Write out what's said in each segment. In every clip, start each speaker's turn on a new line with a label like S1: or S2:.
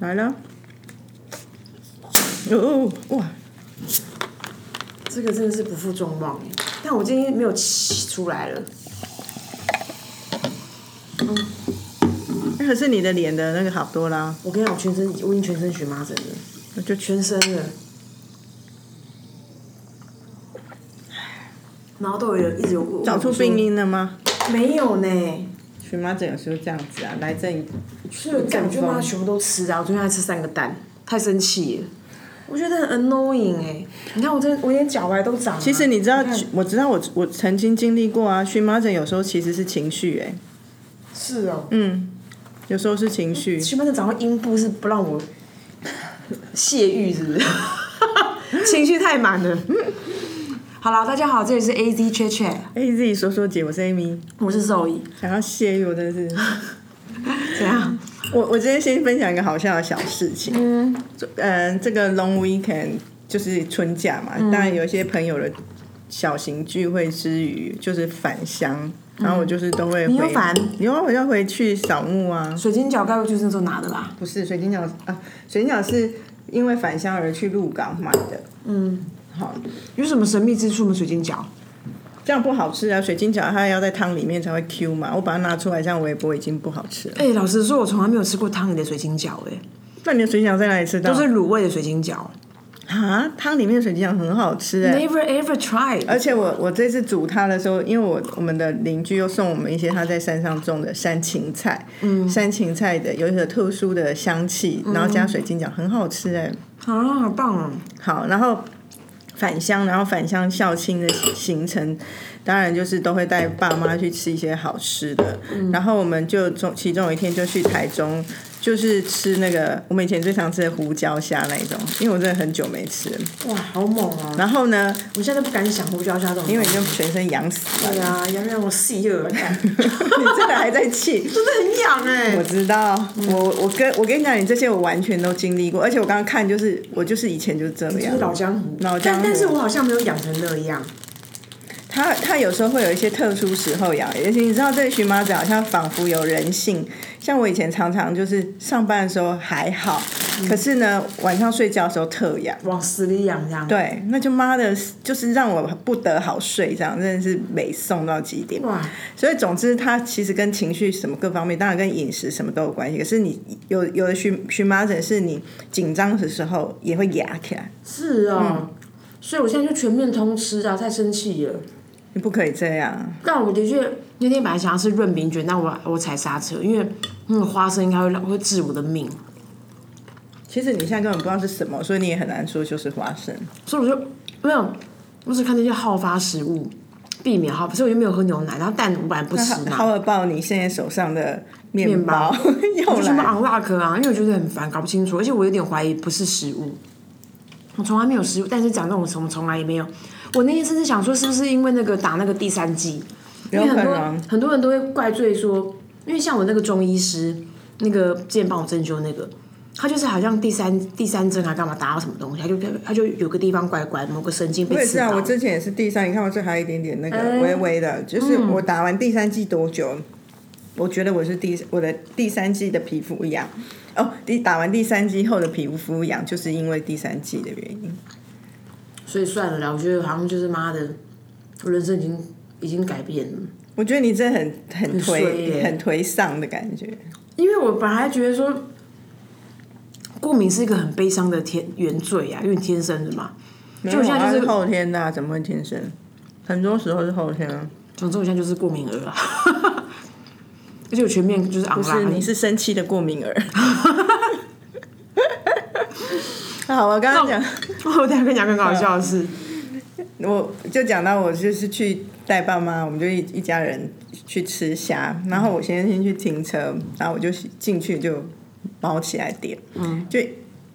S1: 来了。哦哇，
S2: 这个真的是不负众望哎，但我今天没有起出来了。
S1: 那可哎是你的脸的那个好多啦，
S2: 我跟你讲，我全身我已经全身荨麻疹了，
S1: 我就全
S2: 全身了。然后都有一直有
S1: 找出病，因了吗？
S2: 没有呢，
S1: 荨麻疹有时候这样子啊，来这里
S2: 所以我感觉妈全部都吃啊！我昨天还吃三个蛋，太生气了。我觉得很 annoying 哎、你看我这我连脚踝都长了。
S1: 其实你知道
S2: 看，
S1: 我知道我我曾经经历过啊，荨麻疹有时候其实是情绪，哎，
S2: 是哦、
S1: 嗯，有时候是情绪，
S2: 荨麻疹长到阴部是不让我泄欲，是不是？ 情绪太满了。好了，大家好，这里是 A Z 缺缺，
S1: 哎，自己说说姐，我是 Amy，
S2: 我是兽医。
S1: 想要泄欲，我真的是，
S2: 怎样？
S1: 我我今天先分享一个好笑的小事情，
S2: 嗯，
S1: 嗯、这个 long weekend 就是春假嘛，
S2: 嗯
S1: 当然有一些朋友的小型聚会之余，就是返乡，然后我就是都会回，
S2: 嗯你有返
S1: 有啊，我就回去扫墓啊，
S2: 水晶饺该不就是那时候拿的吧？
S1: 不是水晶饺啊，水晶饺是因为返乡而去鹿港买的，
S2: 嗯，
S1: 好，
S2: 有什么神秘之处吗？水晶饺？
S1: 这样不好吃啊，水晶饺它要在汤里面才会 Q 嘛，我把它拿出来，这样微波已经不好吃了。
S2: 哎、老实说，我从来没有吃过汤里的水晶饺、哎，
S1: 那你的水晶饺在哪里吃到？
S2: 都是卤味的水晶饺、
S1: 啊，汤里面的水晶饺很好吃哎、
S2: n e v e r ever tried。
S1: 而且我我这次煮它的时候，因为我我们的邻居又送我们一些他在山上种的山芹菜，嗯，山芹菜的有一个特殊的香气，然后加水晶饺，很好吃哎、
S2: 啊，好棒哦！
S1: 好，然后返乡，然后返乡校庆的行程，当然就是都会带爸妈去吃一些好吃的。然后我们就中其中有一天就去台中，就是吃那个我们以前最常吃的胡椒虾那一种，因为我真的很久没吃了。
S2: 哇，好猛哦！
S1: 然后呢，
S2: 我现在都不敢想胡椒虾这种东西，
S1: 因为你就全身痒死 了，
S2: 对啊，要不然我死热， 你
S1: 你真的还 在气。
S2: 真的很痒哎、
S1: 我知道，我我跟我跟你讲，你这些我完全都经历过，而且我刚刚看就是我就是以前就是这
S2: 就
S1: 样
S2: 是，老江湖，
S1: 啊老江湖
S2: 但但是我好像没有养成那样，
S1: 它它有时候会有一些特殊时候痒，而且你知道这荨麻疹好像仿佛有人性。像我以前常常就是上班的时候还好，可是呢晚上睡觉的时候特痒。
S2: 往死里养这样。
S1: 对，啊那就妈的，就是让我不得好睡，这样真的是美送到极点。
S2: 哇，
S1: 所以总之，它其实跟情绪什么各方面，当然跟饮食什么都有关系。可是你有有的荨荨麻疹是你紧张的时候也会痒起来，
S2: 是
S1: 嗯
S2: 哦、所以我现在就全面通吃啊，太生气了。
S1: 你不可以这样。
S2: 但我的确那天本来想要吃润饼卷，但我我踩刹车，因为那个花生应该会让会治我的命，
S1: 其实你现在根本不知道是什么，所以你也很难说就是花生。
S2: 所以我就没有，我只看那些好发食物，避免好，所以我就没有喝牛奶，然后蛋我本来不 吃
S1: 好
S2: 嘛，
S1: 好尔爆你现在手上的面
S2: 面
S1: 包
S2: 包
S1: 又
S2: 我就么
S1: 来，
S2: 昂 luck 啊，因为我觉得很烦，搞不清楚，而且我有点怀疑不是食物，我从来没有食物，但是讲这种什么从来也没有。我那天甚至想说，是不是因为那个打那个第三剂？因
S1: 有
S2: 为
S1: 可
S2: 很多
S1: 能
S2: 很多人都会怪罪说，因为像我那个中医师，那个之前帮我针灸那个，他就是好像第三第三针还啊干嘛打到什么东西，他就他就有个地方怪怪，某个神经
S1: 我
S2: 被
S1: 也
S2: 刺
S1: 是
S2: 到。
S1: 啊，我之前也是第三，你看我这还有一点点那
S2: 哎
S1: 个微微的，就是
S2: 嗯
S1: 我打完第三季多久？我觉得我是第我的第三季的皮肤痒哦，第打完第三季后的皮肤痒，就是因为第三季的原因。
S2: 所以算了啦，我觉得好像就是妈的，我人生已经已经改变了。
S1: 我觉得你这很很
S2: 很衰
S1: 颓
S2: 耶
S1: 很颓丧的感觉，
S2: 因为我本来觉得说，过敏是一个很悲伤的天原罪啊，因为你天生的嘛。
S1: 没
S2: 就我
S1: 有
S2: 现在
S1: 啊
S2: 就是
S1: 后天的、啊，怎么会天生？很多时候是后天啊，
S2: 总之，我现在就是过敏儿啊， 而且我全面就是昂
S1: 不是，你
S2: 拉。
S1: 是生气的过敏儿。 好，我刚刚讲，
S2: 哦 我等一下跟你讲更搞笑的事，
S1: 我就讲到我就是去带爸妈，我们就一一家人去吃虾，然后我先先去停车，然后我就进去就包起来点，嗯，就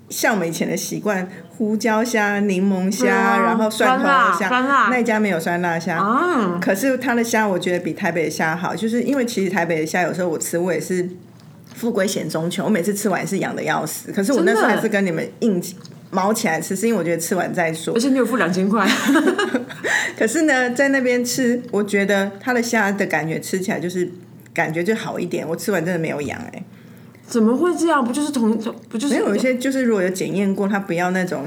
S1: 像我们以前的习惯，胡椒虾、柠檬虾，
S2: 对啊
S1: 然后蒜头
S2: 酸辣
S1: 虾，
S2: 酸辣
S1: 那一家没有酸辣虾，
S2: 啊，
S1: 可是它的虾我觉得比台北的虾好，就是因为其实台北的虾有时候我吃我也是富贵险中求，我每次吃完也是痒的要死，可是我那时候
S2: 真的
S1: 还是跟你们硬毛起来吃，是因为我觉得吃完再说
S2: 而。且你有付两千块，
S1: 可是呢，在那边吃，我觉得它的虾的感觉吃起来就是感觉就好一点，我吃完真的没有痒哎、
S2: 怎么会这样？不就是同不就是
S1: 没有有一些就是如果有检验过，他不要那种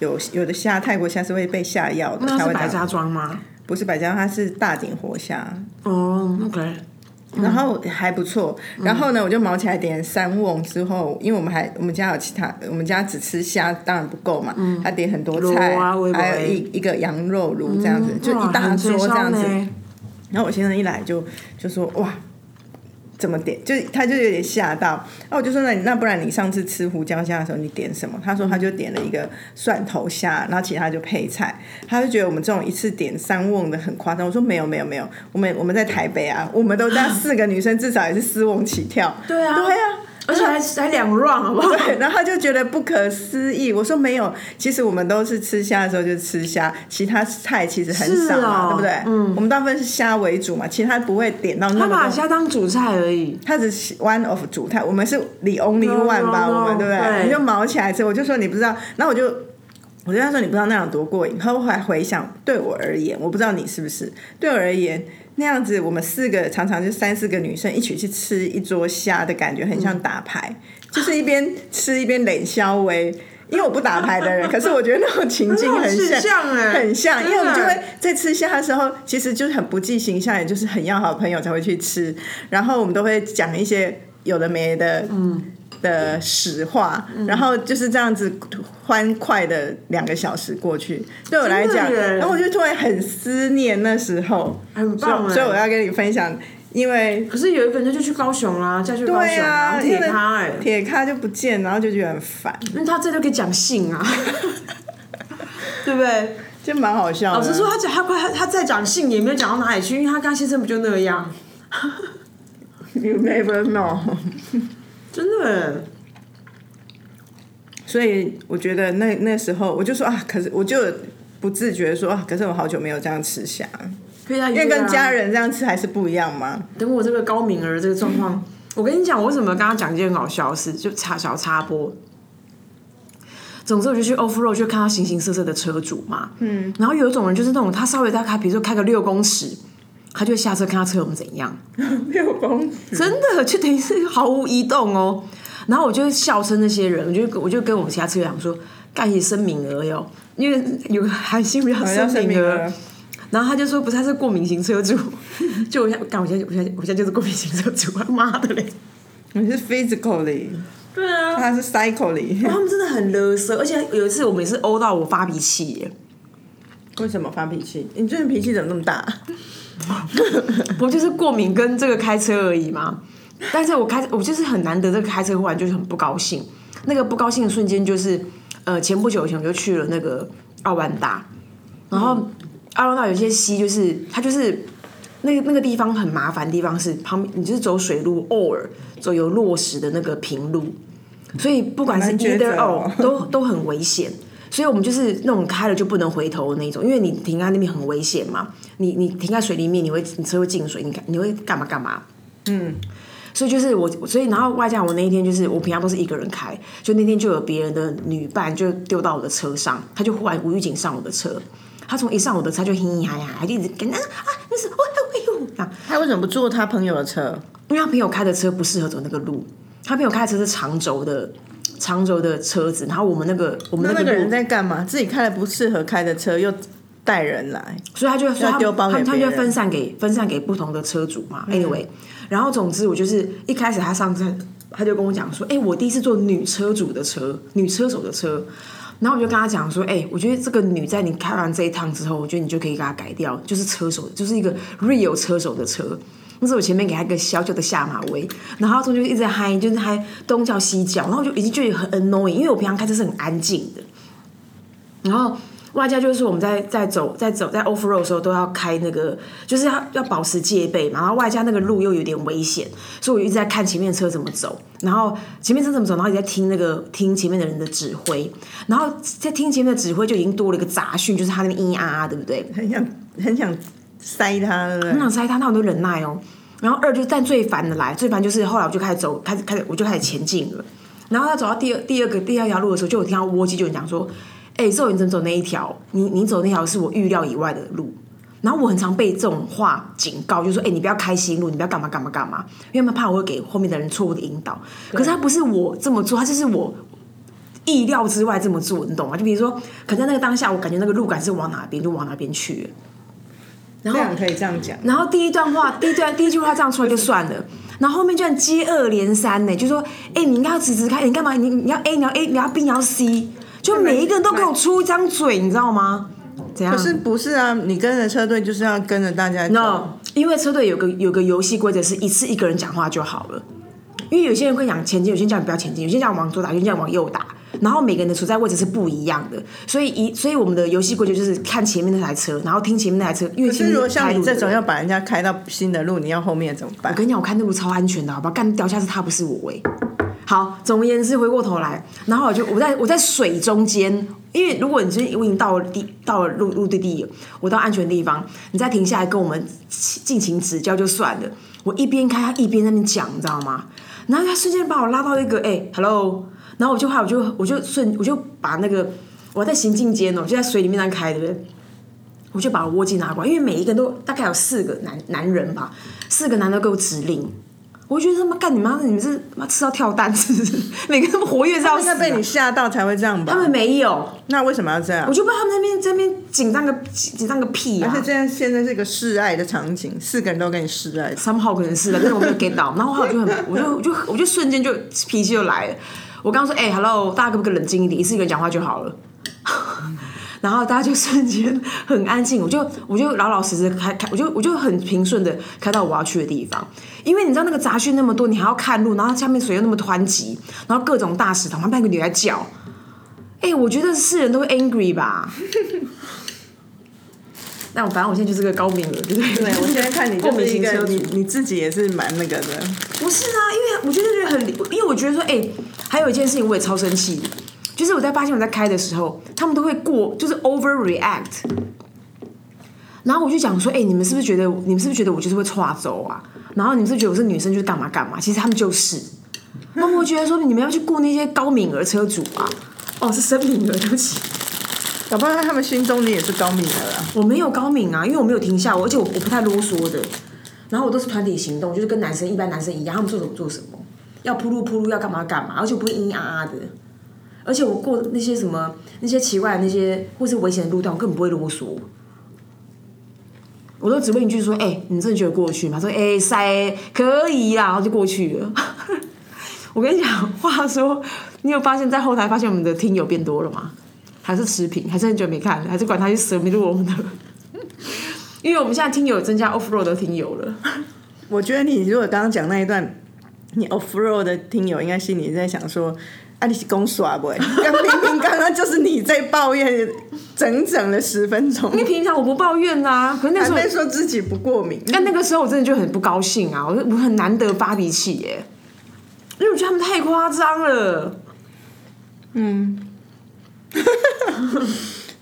S1: 有有的虾，泰国虾是会被下药的，
S2: 那
S1: 才
S2: 是
S1: 会
S2: 白
S1: 这样。
S2: 家庄吗？
S1: 不是百家，它是大顶活虾，
S2: 哦，OK，
S1: 然后还不错。
S2: 嗯
S1: 然后呢，我就毛起来点三瓮之后，因为我们还我们家有其他，我们家只吃虾，当然不够嘛，还点很多菜，
S2: 嗯肉啊微波
S1: 还有一一个羊肉炉这样子，就
S2: 哇
S1: 一大
S2: 很欸
S1: 桌
S2: 推销
S1: 这样子。
S2: 呢
S1: 然后我先生一来就就说哇，怎么点？就是他就有点吓到。那我就说那你那不然你上次吃胡椒虾的时候你点什么？他说他就点了一个蒜头虾，然后其他就配菜。他就觉得我们这种一次点三瓮的很夸张。我说没有没有没有，我们我们在台北啊，我们都在四个女生至少也是四瓮起跳。
S2: 对啊
S1: 对啊。
S2: 而且还还两 round 好不好？
S1: 对，然后他就觉得不可思议。我说没有，其实我们都是吃虾的时候就吃虾，其他菜其实很少嘛，
S2: 是哦
S1: 对不对？嗯，我们大部分是虾为主嘛，其他不会点到那
S2: 他
S1: 么
S2: 把
S1: 多。
S2: 虾当主菜而已，
S1: 他只是 one of 主菜，我们是 the only
S2: No,
S1: one 吧
S2: no, no，
S1: 我们对不对？
S2: 对
S1: 你就毛起来吃，我就说你不知道，然后我就我就跟他说你不知道那样多过瘾。后来回想，对我而言，我不知道你是不是，对我而言。那样子，我们四个常常就三四个女生一起去吃一桌虾的感觉，很像打 牌，就是一边吃一边冷消微。因为我不打牌的 人，可是我觉得那种情境很
S2: 很
S1: 像，
S2: 像欸
S1: 很像，因
S2: 真的
S1: 为我们就会在吃虾的时候，其实就是很不计形象，也就是很要好的朋友才会去吃。然后我们都会讲一些有的没的，嗯，的实话，然后就是这样子欢快的两个小时过去。对我来讲，
S2: 真的耶
S1: 然后我就突然很思念那时候，
S2: 很
S1: 所
S2: 棒
S1: 以所以我
S2: 哎。
S1: 要跟你分享，因为。
S2: 可是有一个人就去高雄啦，嫁去高
S1: 对
S2: 雄
S1: 呀、
S2: 啊，
S1: 啊，
S2: 铁他哎，
S1: 铁咖就不见，然后就觉得很烦，
S2: 因为他这就可以讲性 啊，对不对？
S1: 就蛮好笑的。
S2: 老实说，他讲他快他他再讲性也没有讲到哪里去，因为他跟他先生不就那样，
S1: ，You never know。
S2: 真的
S1: 所以我觉得那那时候我就说啊，可是我就不自觉地说啊，可是我好久没有这样吃虾，
S2: 可以来
S1: 因为
S2: 约
S1: 跟家
S2: 啊。
S1: 人这样吃还是不一样 嘛。
S2: 等我这个高敏儿这个状况，我跟你讲，我为什么跟他讲一件很搞笑的事，就插小插播。总之，我就去 off road 就看到形形色色的车主嘛，嗯，然后有一种人就是那种他稍微大概，比如说开个六公尺，他就会下车看他车轮怎样，
S1: 六公
S2: 真的就等于是毫无移动哦。然后我就会笑称那些人，我就我就跟我们其他车友讲说，干也生敏儿哟，因为有个韩星比较
S1: 好像
S2: 生
S1: 生
S2: 敏
S1: 命
S2: 儿，
S1: 了，
S2: 然后他就说不是，他是过敏型车主。 就我现在，干，我现在我现在我现在就是过敏型车主， 妈的嘞！
S1: 你是 physically，
S2: 对啊，
S1: 他是 psychically，
S2: 他们真的很勒索，而且有一次我们也是殴到我发脾气耶，
S1: 为什么发脾气？你最近脾气怎么那么大？
S2: 不就是过敏跟这个开车而已嘛。但是我开我就是很难得，这个开车忽然就是很不高兴。那个不高兴的瞬间就是，呃，前不久以前我就去了那个奥万大，然后奥万大有些溪就是它就是那个那个地方很麻烦，地方是旁边你就是走水路，偶尔走有落石的那个平路，所以不管是
S1: 好难抉择
S2: either
S1: 哦
S2: or 都 都很危险。所以我们就是那种开了就不能回头的那一种，因为你停在那边很危险嘛。你你停在水里面，你会你车会进水，你干你会干嘛干嘛。
S1: 嗯
S2: 所以就是我，所以然后外加我那一天就是我平常都是一个人开，就那天就有别人的女伴就丢到我的车上，她就忽然无预警上我的车，她从一上我的车她就嘿嘿哈哈，就一直跟啊啊那是哦哎呦这样，
S1: 他为什么不坐他朋友的车？
S2: 因为她朋友开的车不适合走那个路，她朋友开的车是长轴的长轴的车子，然后我们那个我们
S1: 那那
S2: 那个
S1: 个人
S2: 路，
S1: 在干嘛？自己开了不适合开的车，又带人来，
S2: 所以她就说
S1: 要丢包给
S2: 他们他
S1: 别
S2: 们
S1: 人嗯
S2: 就会分散给分散给不同的车主嘛，anyway，、然后总之我就是一开始她上车。他就跟我讲说：“哎、我第一次坐女车主的车，女车手的车。”然后我就跟他讲说：“哎、我觉得这个女在你开完这一趟之后，我觉得你就可以给她改掉，就是车手，就是一个 real 车手的车。”那是我前面给她一个小小的下马威，然后她中间就一直嗨，就是嗨东叫西叫，然后我就已经觉得很 annoying，因为我平常开车是很安静的。然后外加就是我们在在走在走在 off road 的时候都要开那个，就是要要保持戒备嘛。然后外加那个路又有点危险，所以我一直在看前面车怎么走，然后前面车怎么走，然后也在听那个听前面的人的指挥，然后在听前面的指挥就已经多了一个杂讯，就是他那边咿呀啊啊，对不对？
S1: 很想很想塞他，对不
S2: 很
S1: 对？
S2: 想塞他，那我都忍耐哦。然后二就是但最烦的来，最烦就是后来我就开始走，开始开始我就开始前进了。然后他走到第二第二个第二条路的时候，就有听到窝机就有人讲说：“哎、欸，肉你怎么走那一条？你你走那条是我预料以外的路。”然后我很常被这种话警告，就说：“哎、你不要开新路，你不要干嘛干嘛干嘛。”因为他们怕我会给后面的人错误的引导。可是他不是我这么做，他就是我意料之外这么做，你懂吗？就比如说，可能在那个当下，我感觉那个路感是往哪边就往哪边去了。然后
S1: 这样可以这样讲。
S2: 然后第一段话，第一段第一句话这样出来就算了，然后后面居然接二连三呢，就说，哎、你应该要直直开，你干嘛？你你要 A，你要 A，你要 B，你要 C，就每一个人都给我出一张嘴，你知道吗？怎样
S1: 可是不是啊？你跟着车队就是要跟着大家走。
S2: ？No，因为车队有个有个游戏规则是一次一个人讲话就好了。因为有些人会讲前进，有些人叫你不要前进，有些人叫你往左打，有些人叫你往右打，然后每个人的处在位置是不一样的，所以一所以我们的游戏规则就是看前面那台车，然后听前面那台车，因为
S1: 可
S2: 前
S1: 是
S2: 面
S1: 如果像
S2: 开
S1: 你
S2: 路的
S1: 这
S2: 人
S1: 种要把人家开到新的路，你要后面怎么办
S2: 我？跟你讲，我看那路超安全的，好不好？干掉下是他，不是我哎、好，总而言之，回过头来，然后我就我在我在水中间，因为如果你是我已经到了地到了陆陆地地了，我到安全地方，你再停下来跟我们尽情指教就算了。我一边开，他一边在那边讲，你知道吗？然后他瞬间把我拉到一个哎、h e l l o 然后我就怕，我就我就顺我就把那个我在行进间哦，就在水里面那样开，对不对？我就把我握机拿过来，因为每一个都大概有四个男男人吧，四个男的给我指令。我就觉得他妈干你妈，你们是妈吃到跳蛋是不 是？每个那么活跃
S1: 他
S2: 到
S1: 们应
S2: 死、
S1: 该被
S2: 啊
S1: 你。吓到才会这样吧
S2: 他？们没有，
S1: 那为什么要这样
S2: 我？就不知道他们那边这边紧张个紧张个屁
S1: 而且
S2: 啊！
S1: 这样现在是一个示爱的场景，四个人都跟你示爱，
S2: 三号可能是的，但是我没有 get 到，然后后来我就很，我就我就我就瞬间就脾气就来了。我刚说，哎、h e l l o 大家可不可以冷静一点，一次一个人讲话就好了。 然后大家就瞬间很安静，我就我就老老实实开开，我就我就很平顺的开到我要去的地方，因为你知道那个杂讯那么多，你还要看路，然后下面水又那么湍急，然后各种大石头，旁边有个女孩叫，哎、我觉得是人都会 angry 吧。 那我反正我现在就是个高敏儿，对不对？
S1: 对，我现在看你
S2: 过
S1: 就
S2: 敏
S1: 是一
S2: 型
S1: 个
S2: 车
S1: 你
S2: 主。
S1: 你自己也是蛮那个的，
S2: 不是啊，因为我觉得这个很，因为我觉得说，哎、还有一件事情我也超生气的，就是我在发现我在开的时候，他们都会过，就是 overreact。然后我就讲说，哎、你们是不是觉得，你们是不是觉得我就是会岔走啊？然后你们是不是觉得我是女生就是干嘛干嘛？其实他们就是，他们会觉得说你们要去雇那些高敏儿车主啊。哦，是生敏儿，对不起，
S1: 搞不好他们心中你也是高敏的啦。
S2: 我没有高敏啊，因为我没有停下，我而且我我不太啰嗦的。然后我都是团体行动，就是跟男生一般男生一样，他们做什么做什么，要铺路铺路，要干嘛干嘛，而且我不会咿咿啊啊的。而且我过那些什么那些奇怪的那些或是危险的路段，我根本不会啰嗦。我都只问一句说：“哎、你真的觉得过得去吗？”他说：“哎、塞、可以啊啦。”然后就过去了。 我跟你讲，话说，你有发现，在后台发现我们的听友变多了吗？还是持平？还是很久没看了？还是管他去死迷路我们的？ 因为我们现在听友增加 off road 的听友了。
S1: 我觉得你如果刚刚讲那一段，你 off road 的听友应该心里在想说。啊，你是公耍不？刚明明刚刚就是你在抱怨整整了十分钟，
S2: 因为平常我不抱怨呐、可是那
S1: 还
S2: 时候
S1: 在，说自己不过敏。
S2: 但那个时候我真的就很不高兴啊！我就我很难得发脾气耶、因为我觉得他们太夸张了。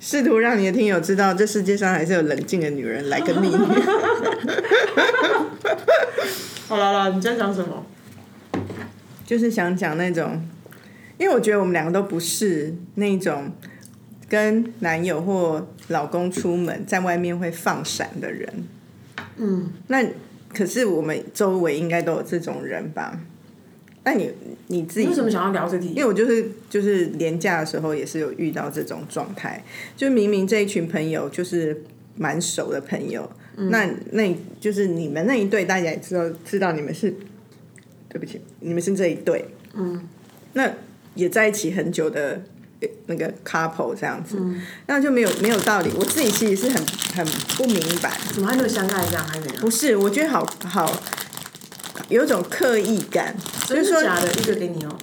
S1: 试图让你的听友知道，这世界上还是有冷静的女人来跟你。
S2: 好了啦，你在讲什么？
S1: 就是想讲那种，因为我觉得我们两个都不是那种跟男友或老公出门在外面会放闪的人。嗯，那可是我们周围应该都有这种人吧？那你你自己
S2: 为什么想要聊这题？
S1: 因为我就是就是廉价的时候也是有遇到这种状态，就明明这一群朋友就是蛮熟的朋友，那那就是你们那一对，大家也知道知道你们是，对不起，你们是这一对，嗯，那也在一起很久的。呃那个 couple 这样子，那就没有没有道理。我自己其实是很很不明白，
S2: 怎么还没有相爱这样？还没有？
S1: 不是，我觉得好好有一种刻意感，就
S2: 啊真
S1: 是
S2: 的
S1: 说
S2: 假的？一个给你哦、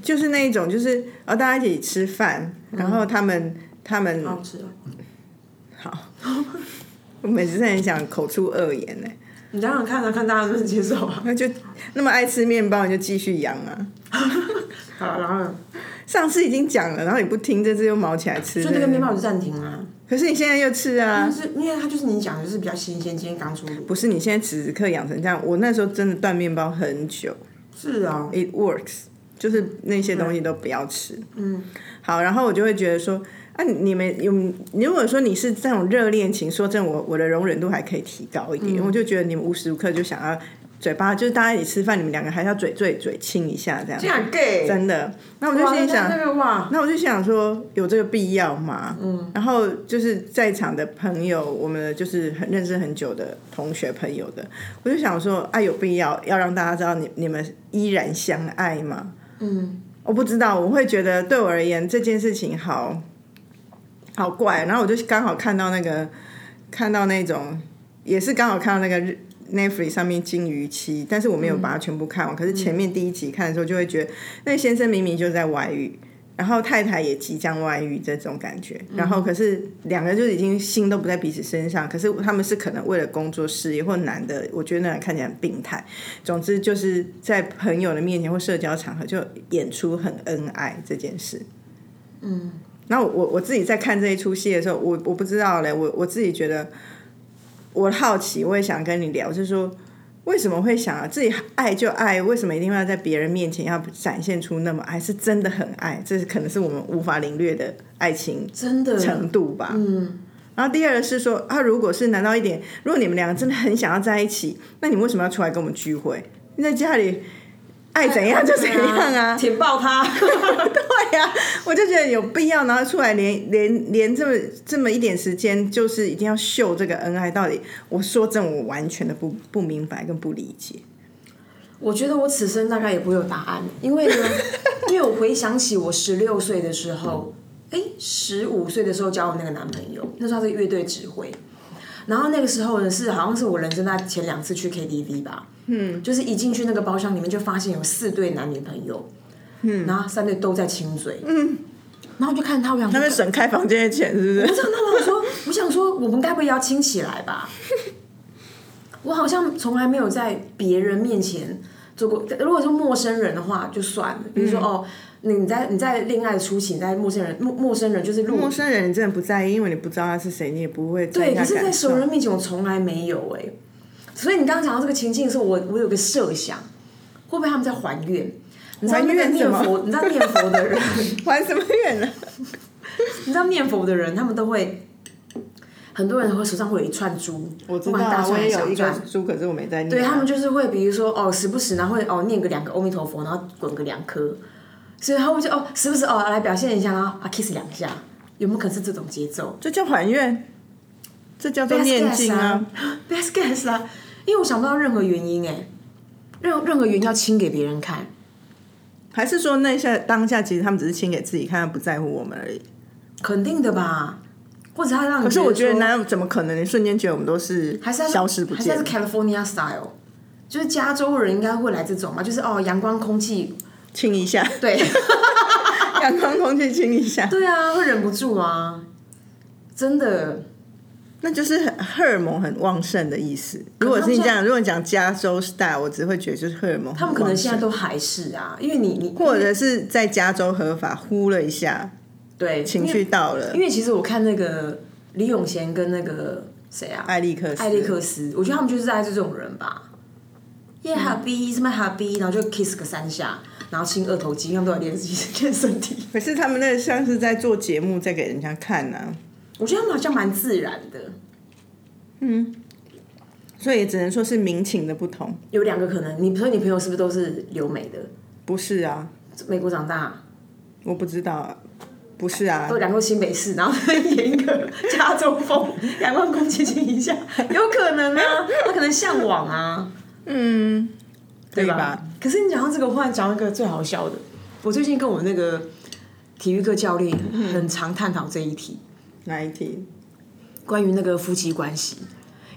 S1: 就是那一种，就是呃、大家一起吃饭，然后他们、他们
S2: 嗯好好吃哦。
S1: 好， 我每次很想口出恶言呢、
S2: 你想想看啊，看大家能不能接受啊？
S1: 那就那么爱吃面包，你就继续养啊。
S2: 好嗯了，然后呢
S1: 上次已经讲了，然后你不听，这次又毛起来吃。
S2: 所以那个面包就暂停啊。
S1: 可是你现在又吃啊
S2: 但！是因为它就是你讲的就是比较新鲜，今天刚出炉。
S1: 不是你现在此时此刻养成这样，我那时候真的断面包很久
S2: 是啊，
S1: ，it works，就是那些东西都不要吃。嗯，好，然后我就会觉得说，啊，你你们有，如果说你是这种热恋情，说真的，我我的容忍度还可以提高一点，我就觉得你们无时无刻就想要嘴巴，就是大家一起吃饭，你们两个还是要嘴嘴嘴亲一下这样。
S2: 这样 gay，
S1: 真的，那我就
S2: 哇，
S1: 心里想
S2: 那，个哇，
S1: 那我就想说，有这个必要吗？嗯，然后就是在场的朋友，我们就是很认识很久的同学朋友的，我就想说，啊，有必要要让大家知道你你们依然相爱吗？
S2: 嗯，
S1: 我不知道，我会觉得对我而言这件事情好好怪。然后我就刚好看到那个，看到那种，也是刚好看到那个日 Netflix 上面《金鱼期》，但是我没有把它全部看完。可是前面第一集看的时候，就会觉得那先生明明就在外遇。然后太太也即将外遇这种感觉，然后可是两个就已经心都不在彼此身上，可是他们是可能为了工作事业或男的，我觉得那人看起来很病态。总之就是在朋友的面前或社交场合就演出很恩爱这件事。嗯，那我我我自己在看这一出戏的时候，我我不知道嘞，我我自己觉得我好奇，我也想跟你聊，就是说为什么会想啊自己爱就爱，为什么一定要在别人面前要展现出那么爱？是真的很爱，这是可能是我们无法领略的爱情
S2: 真的，
S1: 程度吧。嗯。然后第二个是说，啊，如果是难道一点，如果你们两个真的很想要在一起，那你为什么要出来跟我们聚会？你在家里爱怎样就怎样 啊，
S2: 舔爆他，
S1: 对呀、我就觉得有必要，然后出来连连连这么这么一点时间，就是一定要秀这个恩爱到底。我说真的，我完全的不不明白跟不理解。
S2: 我觉得我此生大概也不会有答案，因为 呢，因为我回想起我十六岁的时候，哎，十五岁的时候交的那个男朋友，那时候他是乐队指挥，然后那个时候呢是好像是我人生那前两次去 KTV 吧，嗯，就是一进去那个包厢里面就发现有四对男女朋友，嗯，然后三对都在亲嘴，嗯，然后我就看他，我想说
S1: 他们省开房间的钱是不
S2: 我
S1: 是？
S2: 真的，我说，我想说，我们该不会要亲起来吧？ 我好像从来没有在别人面前做过。如果是陌生人的话，就算了。比如
S1: 嗯
S2: 说，哦，你在你在恋爱初期，你在陌生人陌陌生人就是路
S1: 陌生人你真的不在意，因为你不知道他是谁，你也不会
S2: 对，
S1: 他
S2: 可是，在
S1: 感
S2: 熟
S1: 受。
S2: 人面前我从来没有哎、所以你刚刚讲到这个情境的时候，我我有个设想，会不会他们在还愿？你知道
S1: 还
S2: 那个
S1: 愿什
S2: 念
S1: 么
S2: 佛，你知道念佛的人，
S1: 玩什么远呢？
S2: 你知道念佛的人，他们都会，很多人会手上会有一串珠，
S1: 我知
S2: 不
S1: 道
S2: 管大
S1: 啊，我
S2: 串还
S1: 也
S2: 是
S1: 有
S2: 小
S1: 一
S2: 串
S1: 个，书，可是我没在念。啊
S2: 对他们就是会，比如说哦，时不时然后会哦念个两个阿弥陀佛，然后滚个两颗，所以他们就哦时不时哦来表现一下，然后啊 kiss 两下，有没有可能是这种节奏？
S1: 这叫还愿，这叫做
S2: Best
S1: 念经
S2: guess
S1: 啊。
S2: ，best guess 啊，因为我想不到任何原因哎，任任何原因要亲给别人看，
S1: 还是说那一下当下，其实他们只是亲给自己看，他不在乎我们而已。
S2: 肯定的吧？或者他让你
S1: 可是我觉得，
S2: 说
S1: 哪有怎么可能？你瞬间觉得我们都是
S2: 还是他是
S1: 消失不
S2: 还是他
S1: 见
S2: 是？California style，就是加州人应该会来这种嘛，就是哦阳光空气，
S1: 亲一 下，
S2: 对。
S1: 阳光空气亲一下，
S2: 对啊，会忍不住啊，真的。
S1: 那就是很荷尔蒙很旺盛的意思。如果
S2: 可
S1: 是你
S2: 是他们
S1: 这
S2: 现在
S1: 样，如果你讲加州 style，我只会觉得就是荷尔蒙很旺盛。
S2: 他们可能现在都还是啊，因为你你
S1: 或者是在加州合法呼了一下，
S2: 对
S1: 情绪到了
S2: 因为，因为其实我看那个李永贤跟那个谁啊，
S1: 艾利克斯，
S2: 艾利克斯，我觉得他们就是爱这种人
S1: 嗯
S2: 吧。耶哈比什么哈比，然后就 kiss 个三下，然后亲二头肌，因为他们都有练自己练身体。
S1: 可是他们那个像是在做节目，在给人家看啊呐、
S2: 我觉得他们好像蛮自然的。
S1: 所以也只能说是民情的不同。
S2: 有两个可能，你所以你朋友是不是都是留美的，
S1: 不是啊，
S2: 美国长大，
S1: 我不知道啊，不是啊
S2: 都，两个都新北市，然后 演一个加州风，两万公斤亲一下， 有可能啊，他可能向往啊。
S1: 对
S2: 对吧？？可是你讲到这个，我忽然讲到一个最好笑的。我最近跟我那个体育课教练
S1: 嗯
S2: 很常探讨这一题，
S1: 哪一题？
S2: 关于那个夫妻关系。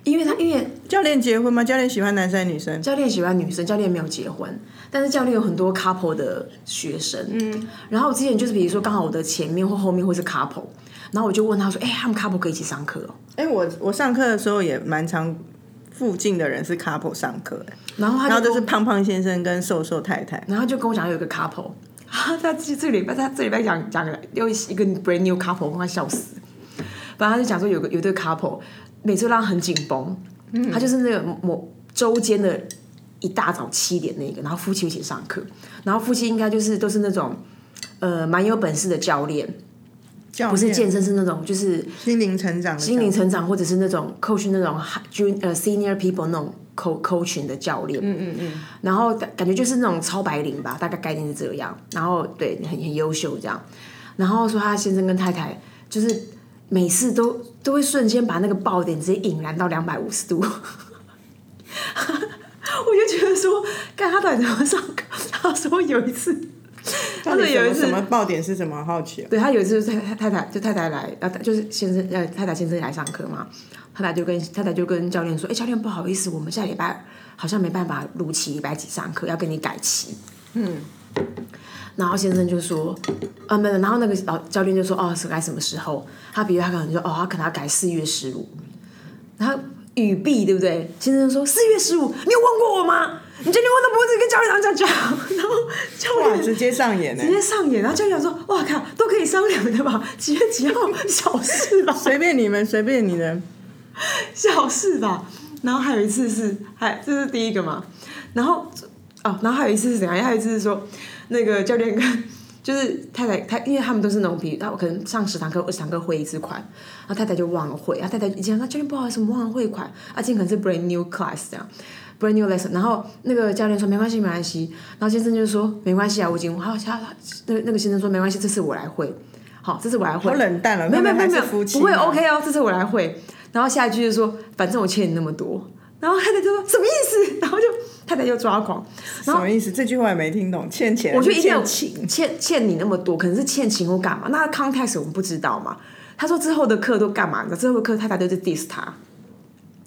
S2: 因为他因为
S1: 教练结婚吗？教练喜欢男生还是女生？
S2: 教练喜欢女生，教练没有结婚，但是教练有很多 couple 的学生。嗯，然后我之前就是比如说刚好我的前面或后面会是 couple，然后我就问他说：“哎、他们 couple 可以一起上课哦
S1: 哎、我我上课的时候也蛮常附近的人是 couple 上课、哎？”
S2: 然后他
S1: 然后
S2: 就跟
S1: 就
S2: 我
S1: 是胖胖先生跟瘦瘦太太。
S2: 然后就跟我讲有一个 couple，啊，他这这个礼拜他这礼拜讲讲了又一个 brand new couple，我快笑死。反正他就讲说有个嗯有对 couple，每次都让他很紧绷，他就是那个某周间的一大早七点那个，然后夫妻一起上课，然后夫妻应该就是都是那种呃蛮有本事的教练，
S1: 教
S2: 不是
S1: 练
S2: 健身是那种就是
S1: 心灵成长的
S2: 心灵
S1: 教
S2: 成长或者是那种 coach 那种 jun 呃 senior people 那种 co coaching 的教练，嗯嗯嗯，然后感感觉就是那种超白领吧，大概概念是这样，然后对很很优秀这样，然后说他先生跟太太就是每次都都会瞬间把那个爆点直接引燃到两百五十度。 我就觉得说，看他到底怎么上课？ 他说有一次，他
S1: 到
S2: 说
S1: 底什
S2: 有一
S1: 么
S2: 次
S1: 什么爆点是什么？好好奇哦。
S2: 对他有一次就是太太太就太太来，呃，就是先生呃太太先生来上课嘛，太太就跟太太就跟教练说，哎、教练不好意思，我们下礼拜好像没办法如期礼拜几上课，要跟你改期。嗯，然后先生就说，啊没有，然后那个老教练就说，哦是改什么时候？他比如他可能就哦他可能要改四月十五，然后语毕对不对？先生说四月十五，你有问过我吗？你决定我的脖子跟教练长讲讲， 然后教
S1: 哇，
S2: 练
S1: 直接上演呢、欸
S2: 直接上演，然后教练说：“哇靠，都可以商量的吧？几月几号小事吧，
S1: 随便你们，随便你的。
S2: 小事吧。”然后还有一次是，还这是第一个嘛。然后哦，然后还有一次是怎样？还有一次是说，那个教练跟就是太太，他因为他们都是那种比，他可能上十堂课、二十堂课汇一次款，然后太太就忘了汇，然后太太已经说教练不好意思，我们忘了汇款，啊，今天可能是 brand new class 这样。brand new lesson，然后那个教练说没关系没关系，然后先生就说没关系啊，我已经，他他那个那个先生说没关系，这次我来汇，好，这次我来汇，
S1: 好冷淡了
S2: 没有没有
S1: 他
S2: 没
S1: 们还
S2: 有没
S1: 是
S2: 有，
S1: 夫妻
S2: 不会
S1: 嘛
S2: OK 哦，这次我来汇，然后下一句就说反正我欠你那么多，然后太太就说什么意思， 然后就太太就抓狂，
S1: 什么意思？这句话也没听懂，欠钱
S2: 我觉得一定有
S1: 欠情。
S2: 欠欠你那么多，可能是欠情或干嘛。那 context 我们不知道嘛。他说之后的课都干嘛？你知道之后的课太太都是 diss 他，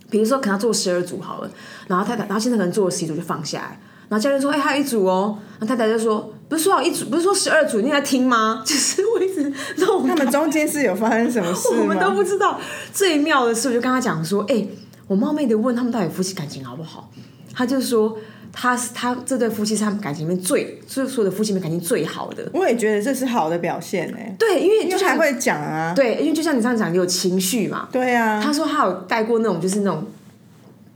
S2: 比如说可能他做十二组好了，然后太太，然后现在可能做了十一组就放下来，然后教练说：“哎、还有一组哦。”然后太太就说：“不是说好一组，不是说十二组，你在听吗？” 就是我一直弄
S1: 他们中间是有发生什么事吗？
S2: 我们都不知道。最妙的是，我就跟他讲说：“哎、我冒昧的问他们到底夫妻感情好不好？”他就说：“他是他这对夫妻是他们感情里面最，所所有的夫妻里面感情最好的。
S1: 我也觉得这是好的表现呢、”
S2: 对，因为
S1: 因
S2: 就
S1: 为还
S2: 像
S1: 会讲啊，
S2: 对，因为就像你上讲，有情绪嘛。
S1: 对啊，
S2: 他说他有带过那种，就是那种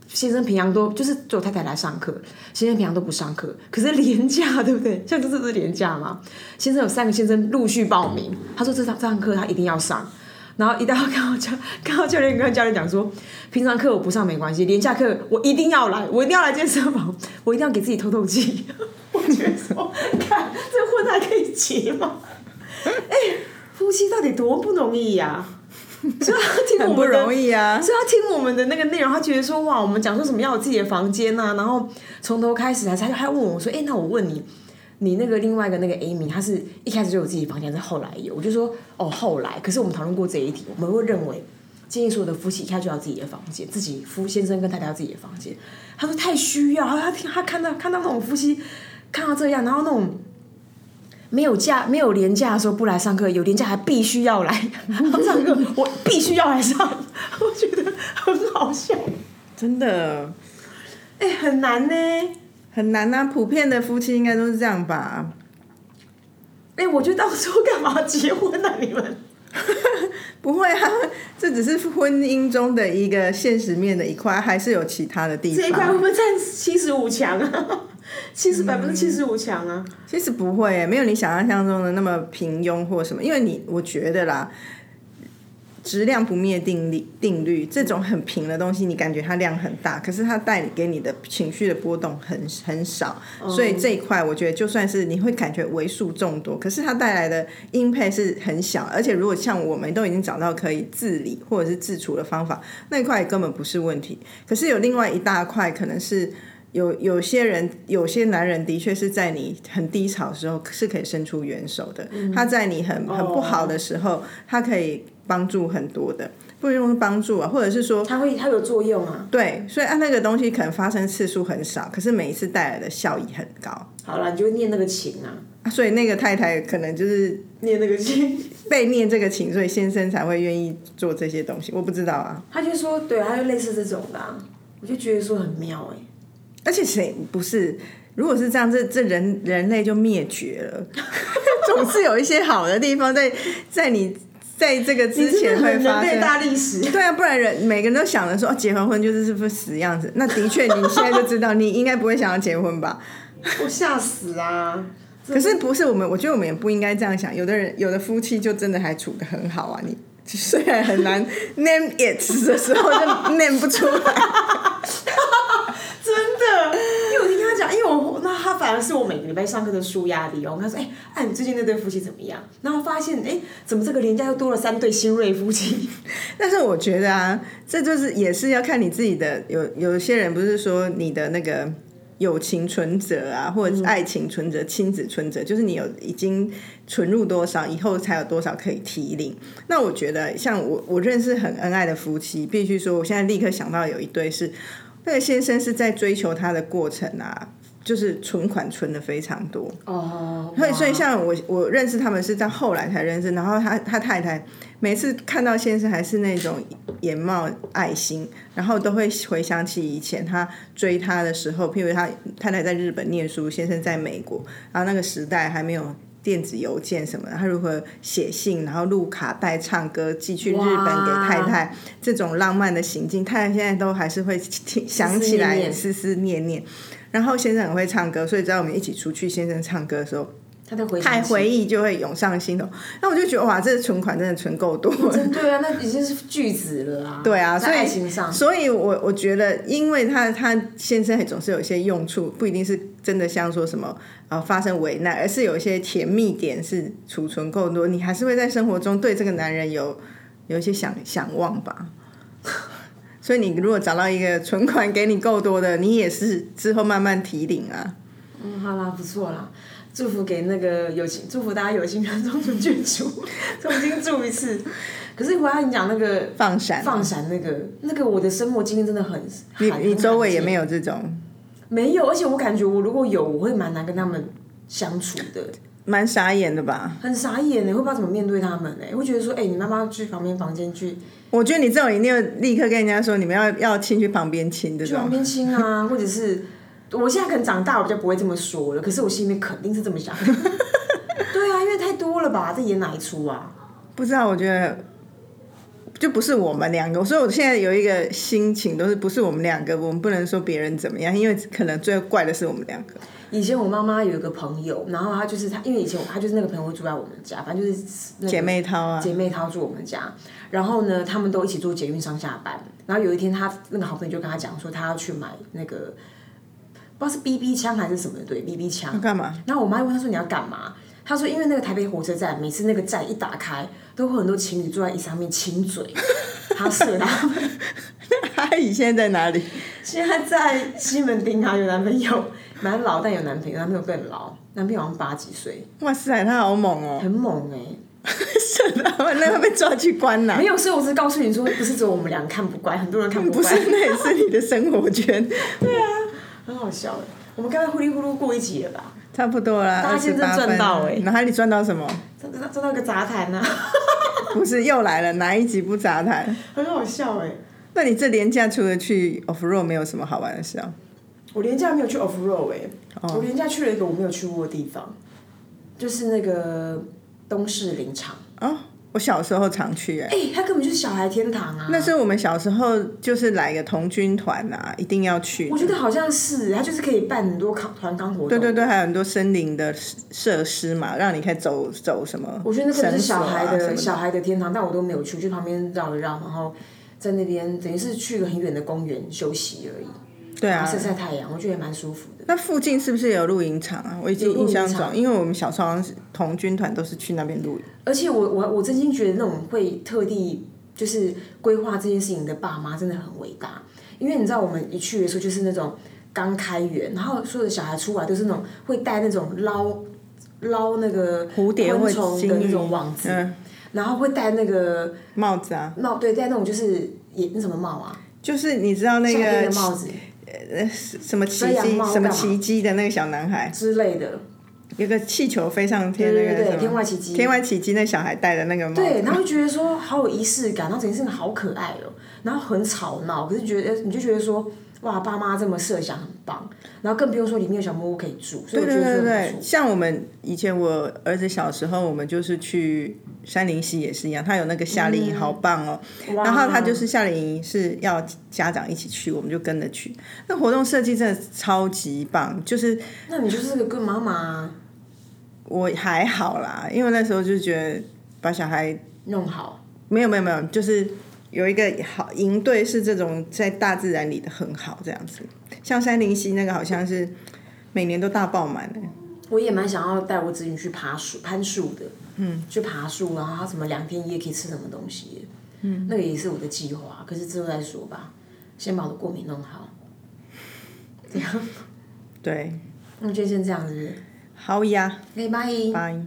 S2: 先生平常都就是只有太太来上课，先生平常都不上课，可是廉价对不对？像这次是廉价嘛，先生有三个先生陆续报名，他说这堂这堂课他一定要上。然后一到看 到教看到教练跟教练讲说，平常课我不上没关系，廉价课我一定要来，我一定要来健身房，我一定要给自己透透气。 我觉得说，看这婚还可以结吗？哎、夫妻到底多不容 易呀、所以他听我
S1: 很不
S2: 们的
S1: 容易啊。
S2: 所以他听我们的那个内容，他觉得说哇，我们讲说什么要有自己的房间呐、然后从头开始啊，他就还问我说，哎、那我问你，你那个另外一个那个 Amy，她是一开始就有自己的房间，还是后来有？我就说哦，后来。可是我们讨论过这一题，我们会认为建议所有的夫妻一开始就要自己的房间，自己夫先生跟太太要自己的房间。他说太需要，他听他看到看到那种夫妻看到这样，然后那种。没有假、没有廉价的时候不来上课，有廉价还必须要来 上课，我必须要来上， 我觉得很好笑。
S1: 真的
S2: 哎、很难呢、
S1: 很难啊，普遍的夫妻应该都是这样吧？
S2: 哎、我觉得当初干嘛结婚呢、啊？你们
S1: 不会啊， 这只是婚姻中的一个现实面的一块，还是有其他的地
S2: 这一块会
S1: 方。
S2: 不会占七十五强啊？ 七十百分之七十五强啊！
S1: 其实不会、欸没有你想象中的那么平庸或什么，因为你我觉得啦。质量不灭定律，定律这种很平的东西，你感觉它量很大，可是它带你给你的情绪的波动很很少，所以这一块我觉得就算是你会感觉为数众多，可是它带来的音配是很小，而且如果像我们都已经找到可以自理或者是自处的方法，那一块根本不是问题。可是有另外一大块可能是。有有些人，有些男人的确是在你很低潮的时候是可以伸出援手的。他在你很很不好的时候，他可以帮助很多的，不用帮助啊，或者是说
S2: 它会它有作用啊。
S1: 对，所以按那个东西可能发生次数很少，可是每一次带来的效益很高、
S2: 好了，你就念那个情啊，
S1: 啊所以那个太太可能就是
S2: 念那个情。
S1: 被念这个情，所以先生才会愿意做这些东西。我不知道啊，
S2: 他就说，对，他就类似这种的、啊，我就觉得说很妙哎、
S1: 而且谁不是？如果是这样，这这人 人类就灭绝了。总是有一些好的地方在在你在这个之前会发
S2: 人类
S1: 现。
S2: 大历史。
S1: 对啊，不然人每个人都想着说、哦、结完婚就是是副死样子。那的确，你现在就知道，你应该不会想要结婚吧？
S2: 我吓死啊！
S1: 可是不是我们？我觉得我们也不应该这样想。有的人，有的夫妻就真的还处的很好啊。你虽然很难 name it 的时候就 name 不出来，
S2: 真的，因为我听他讲，因为我那他反而是我每个礼拜上课的舒压理由。我跟他说，哎、哎、你最近那对夫妻怎么样？然后发现，哎、怎么这个年假又多了三对新锐夫妻？
S1: 但是我觉得啊，这就是也是要看你自己的。有有些人不是说你的那个友情存折啊，或者是爱情存折、亲子存折，就是你有已经存入多少，以后才有多少可以提领。那我觉得，像我我认识很恩爱的夫妻，必须说，我现在立刻想到有一对是那个先生是在追求她的过程啊，就是存款存的非常多。
S2: 哦，
S1: 所以，所以像我，我认识他们是在后来才认识，然后他他太太每次看到先生还是那种眼冒爱心，然后都会回想起以前他追他的时候，譬如他太太在日本念书，先生在美国，然后那个时代还没有电子邮件什么的，他如何写信，然后录卡带、唱歌寄去日本给太太，这种浪漫的行径，太太现在都还是会听想起
S2: 念
S1: 来
S2: 念
S1: 思思念念。然后先生很会唱歌，所以只要我们一起出去，先生唱歌的时候。
S2: 他在回
S1: 太
S2: 想起
S1: 回忆就会涌上心头。那我就觉得哇，这存款真的存够多了。
S2: 真对啊，那已经是句子了啊。
S1: 对啊，
S2: 在
S1: 所以
S2: 爱情上，
S1: 所以我我觉得，因为他他先生总是有一些用处，不一定是真的像说什么啊、呃发生危难，而是有一些甜蜜点是储存够多，你还是会在生活中对这个男人有 有一些想想望吧。所以你如果找到一个存款给你够多的，你也是之后慢慢提领啊。
S2: 嗯，好啦，不错啦。祝福给那个有情，祝福大家有情人终成眷属，重新祝一次。可是回来你讲那个
S1: 放闪啊
S2: 放闪那个那个，我的生活经验真的很
S1: 你
S2: 很
S1: 你周围也
S2: 罕见
S1: 没有这种。
S2: 没有，而且我感觉我如果有，我会蛮难跟他们相处的，
S1: 蛮傻眼的吧？
S2: 很傻眼欸呢，会不知道怎么面对他们呢，会觉得说，哎、你妈妈去旁边房间去
S1: 我觉得你这种一定要立刻跟人家说，你们要要亲去旁边亲这
S2: 去旁
S1: 种。
S2: 边亲啊，或者是我现在可能长大，我就不会这么说了，可是我心里面肯定是这么想。对啊，因为太多了吧，这演哪一出啊？
S1: 不知道，我觉得就不是我们两个，所以我现在有一个心情都是不是我们两个，我们不能说别人怎么样，因为可能最怪的是我们两个。
S2: 以前我妈妈有一个朋友，然后她就是她，因为以前我她就是那个朋友住在我们家，反正就是那个
S1: 姐妹淘啊，
S2: 姐妹她住我们家，然后呢，他们都一起坐捷运上下班。然后有一天她，那个好朋友就跟她讲说，她要去买那个不知道是 BB 枪还是什么，对，BB
S1: 要
S2: 枪。
S1: 干嘛？
S2: 然后我妈问她说你要干嘛？她说因为那个台北火车站，每次那个站一打开，都会很多情侣坐在椅子上面亲嘴。她 射他们，
S1: 阿姨现在在哪里？
S2: 现在在西门町啊，有男朋友，蛮老但有男朋友，男朋友更老，男朋友好像八几岁，
S1: 哇塞，她好猛哦、
S2: 很猛哎、
S1: 是的，那会被抓去关呐、
S2: 没有，所以我只是告诉你说，不是只有我们俩看不乖，很多人看不
S1: 不
S2: 乖。
S1: 是，那也是你的生活圈，
S2: 很好笑哎，我们刚才呼里呼噜过一集了吧？
S1: 差不多啦，
S2: 大家
S1: 二十
S2: 现在
S1: 八分。
S2: 赚到欸
S1: 哪里赚到什么？
S2: 真的真到一个杂谈啊呐、
S1: 不是又来了，哪一集不杂谈？
S2: 很好笑哎。
S1: 那你这廉假除了去 off road 没有什么好玩的事啊？
S2: 我连假没有去 off road 哎、
S1: 哦
S2: 我连假去了一个我没有去过的地方，就是那个东市林场。
S1: 哦，我小时候常去哎、
S2: 哎、它根本就是小孩天堂啊！
S1: 那是我们小时候就是来个童军团啊，一定要去
S2: 我。觉得好像是，欸它就是可以办很多康团康活动。
S1: 对对对，还有很多森林的设施嘛，让你可以走走什么绳索啊、
S2: 我觉得那个就是小孩
S1: 啊什么
S2: 的小孩的天堂，但我都没有去，我去旁边绕一绕，然后在那边等于是去一个很远的公园休息而已，
S1: 对
S2: 然
S1: 啊
S2: 后。晒晒太阳，我觉得也蛮舒服的。
S1: 那附近是不是有露营场啊？我已经
S2: 有露
S1: 印
S2: 营
S1: 象
S2: 场
S1: 中，因为我们小时候好像是童军团都是去那边露营。
S2: 而且我我我真心觉得那种会特地就是规划这件事情的爸妈真的很伟大，因为你知道我们一去的时候就是那种刚开园，然后所有的小孩出来都是那种会带那种捞捞那个
S1: 蝴蝶或
S2: 昆虫的
S1: 金
S2: 那
S1: 鱼
S2: 种网子，
S1: 嗯，
S2: 然后会戴那个
S1: 帽子啊，
S2: 帽，对，戴那种就是也那什么帽啊，
S1: 就是你知道那
S2: 夏天
S1: 个
S2: 的帽子
S1: 什么奇
S2: 遮阳
S1: 迹
S2: 帽
S1: 什么
S2: 干嘛
S1: 奇迹的那个小男孩，
S2: 之类的，
S1: 有个气球飞上天
S2: 对
S1: 那个什
S2: 对对
S1: 么
S2: 对，天外奇迹，
S1: 天外奇迹那小孩戴的那个帽子，
S2: 对，然后就觉得说好有仪式感，然后整件事情好可爱哦、然后很吵闹，可是觉得你就觉得说，哇，爸妈这么设想很棒，然后更不用说里面有小木屋可以住，所
S1: 对
S2: 以我
S1: 对
S2: 觉得
S1: 对
S2: 这个
S1: 对
S2: 很，不错。
S1: 像我们以前我儿子小时候，我们就是去山林溪也是一样，他有那个夏令营，好棒哦。
S2: 嗯哇
S1: 然后他就是夏令营是要家长一起去，我们就跟着去。那活动设计真的超级棒，就是
S2: 那你就是个good 妈妈，
S1: 我还好啦，因为那时候就觉得把小孩
S2: 弄好。
S1: 没有没有没有，就是有一个好营队是这种在大自然里的很好这样子，像山林溪那个好像是每年都大爆满的。
S2: 我也蛮想要带我子女去爬树、攀树的，嗯，去爬树，然后他什么两天一夜可以吃什么东西，嗯，那个也是我的计划，可是之后再说吧，先把我的过敏弄好。这样，
S1: 对，
S2: 那就先这样子，
S1: 好呀，
S2: 拜拜。
S1: 拜。